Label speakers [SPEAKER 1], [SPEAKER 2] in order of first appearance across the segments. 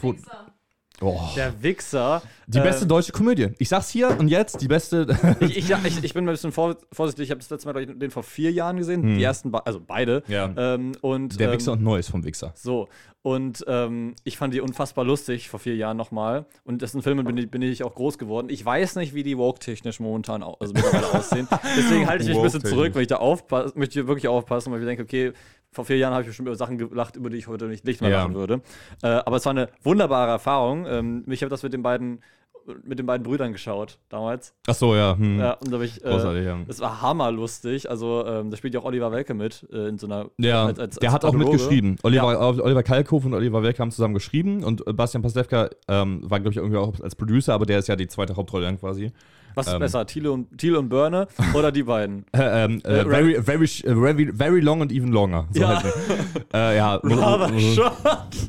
[SPEAKER 1] Tod. Oh,
[SPEAKER 2] Der Wichser.
[SPEAKER 1] die beste deutsche Komödie. Ich sag's hier und jetzt, die beste.
[SPEAKER 2] Ich, ich, ja, ich, ich bin mal ein bisschen vor, vorsichtig. Ich habe das letzte Mal glaub ich, den vor vier Jahren gesehen. Die ersten, be also beide.
[SPEAKER 1] Hm. Ja.
[SPEAKER 2] Ähm, und,
[SPEAKER 1] Der
[SPEAKER 2] ähm,
[SPEAKER 1] Wichser und Neues vom Wichser.
[SPEAKER 2] So. Und ähm, ich fand die unfassbar lustig vor vier Jahren nochmal. Und dessen Filmen bin ich, bin ich auch groß geworden. Ich weiß nicht, wie die woke-technisch momentan au also mittlerweile aussehen. Deswegen halte ich mich ein bisschen
[SPEAKER 3] Woke-technisch.
[SPEAKER 2] zurück, weil ich da aufpasse, möchte wirklich aufpassen, weil ich denke, okay, vor vier Jahren habe ich bestimmt über Sachen gelacht, über die ich heute nicht, nicht mehr
[SPEAKER 1] Ja.
[SPEAKER 2] lachen würde. Äh, aber es war eine wunderbare Erfahrung. Ähm, ich habe das mit den beiden mit den beiden Brüdern geschaut damals.
[SPEAKER 1] Ach so, ja. Hm.
[SPEAKER 2] Ja, und da hab ich,
[SPEAKER 1] Großartig, ja.
[SPEAKER 2] äh, es war hammerlustig. Also, ähm, da spielt ja auch Oliver Welke mit äh, in so einer.
[SPEAKER 1] Ja,
[SPEAKER 2] als- als-
[SPEAKER 1] der
[SPEAKER 2] als
[SPEAKER 1] hat auch
[SPEAKER 2] Pathologe.
[SPEAKER 1] mitgeschrieben. Oliver, Oliver Kalkofe und Oliver Welke haben zusammen geschrieben und äh, Bastian Pastewka ähm, war, glaube ich, irgendwie auch als Producer, aber der ist ja die zweite Hauptrolle dann quasi.
[SPEAKER 2] Was
[SPEAKER 1] Ähm.
[SPEAKER 2] ist besser, Thiele und, Thiele und Börne oder die beiden?
[SPEAKER 1] Äh, ähm, äh, very, very, sh- äh, very, very long and even longer. So
[SPEAKER 2] Ja.
[SPEAKER 1] heißt er. äh, ja.
[SPEAKER 2] Aber short.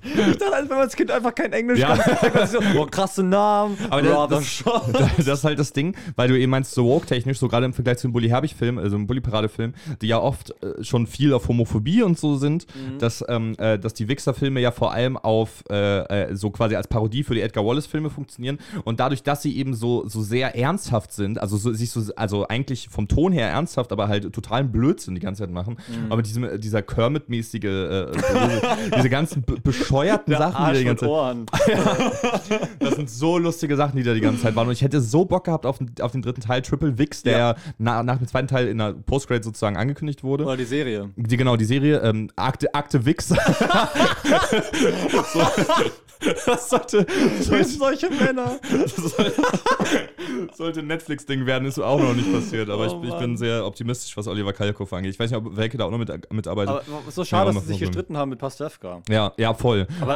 [SPEAKER 2] Ich dachte, als wenn man als Kind einfach kein Englisch
[SPEAKER 1] Ja.
[SPEAKER 2] kann, sagt man sich so, boah, krasse Namen.
[SPEAKER 1] Aber der-
[SPEAKER 2] rather
[SPEAKER 1] das-
[SPEAKER 2] short.
[SPEAKER 1] das ist halt das Ding, weil du eben meinst, so woke-technisch, so gerade im Vergleich zu dem Bully Herbig-Film, also dem Bully Parade-Film, die ja oft äh, schon viel auf Homophobie und so sind, dass, ähm, äh, dass die Wichser-Filme ja vor allem auf äh, äh, so quasi als Parodie für die Edgar Wallace-Filme funktionieren und dadurch, dass sie eben so, so sehr ernsthaft sind, also so, sich so, also eigentlich vom Ton her ernsthaft, aber halt totalen Blödsinn die ganze Zeit machen, aber diesem, dieser Kermit-mäßige, äh, diese, diese ganzen be- bescheuerten Sachen, die er die ganze Zeit
[SPEAKER 2] Ohren.
[SPEAKER 1] das sind so lustige Sachen, die da die ganze Zeit waren. Und ich hätte so Bock gehabt auf den, auf den dritten Teil, Triple Wix, der
[SPEAKER 2] Ja.
[SPEAKER 1] na, nach dem zweiten Teil in der Postgrade sozusagen angekündigt wurde.
[SPEAKER 2] Oder die Serie.
[SPEAKER 1] Die, genau, die Serie ähm, Akte, Akte Wix. so. Das sollte,
[SPEAKER 2] solche Männer.
[SPEAKER 1] sollte ein Netflix-Ding werden, ist auch noch nicht passiert. Aber
[SPEAKER 2] Oh
[SPEAKER 1] ich, ich
[SPEAKER 2] Mann.
[SPEAKER 1] bin sehr optimistisch, was Oliver Kalkofe angeht. Ich weiß nicht, ob Welke da auch noch mit, mitarbeitet.
[SPEAKER 2] Aber so schade,
[SPEAKER 1] Ja,
[SPEAKER 2] dass
[SPEAKER 1] mach
[SPEAKER 2] sie sich
[SPEAKER 1] mal so.
[SPEAKER 2] gestritten haben mit Pastewka.
[SPEAKER 1] ja, ja, voll.
[SPEAKER 2] Aber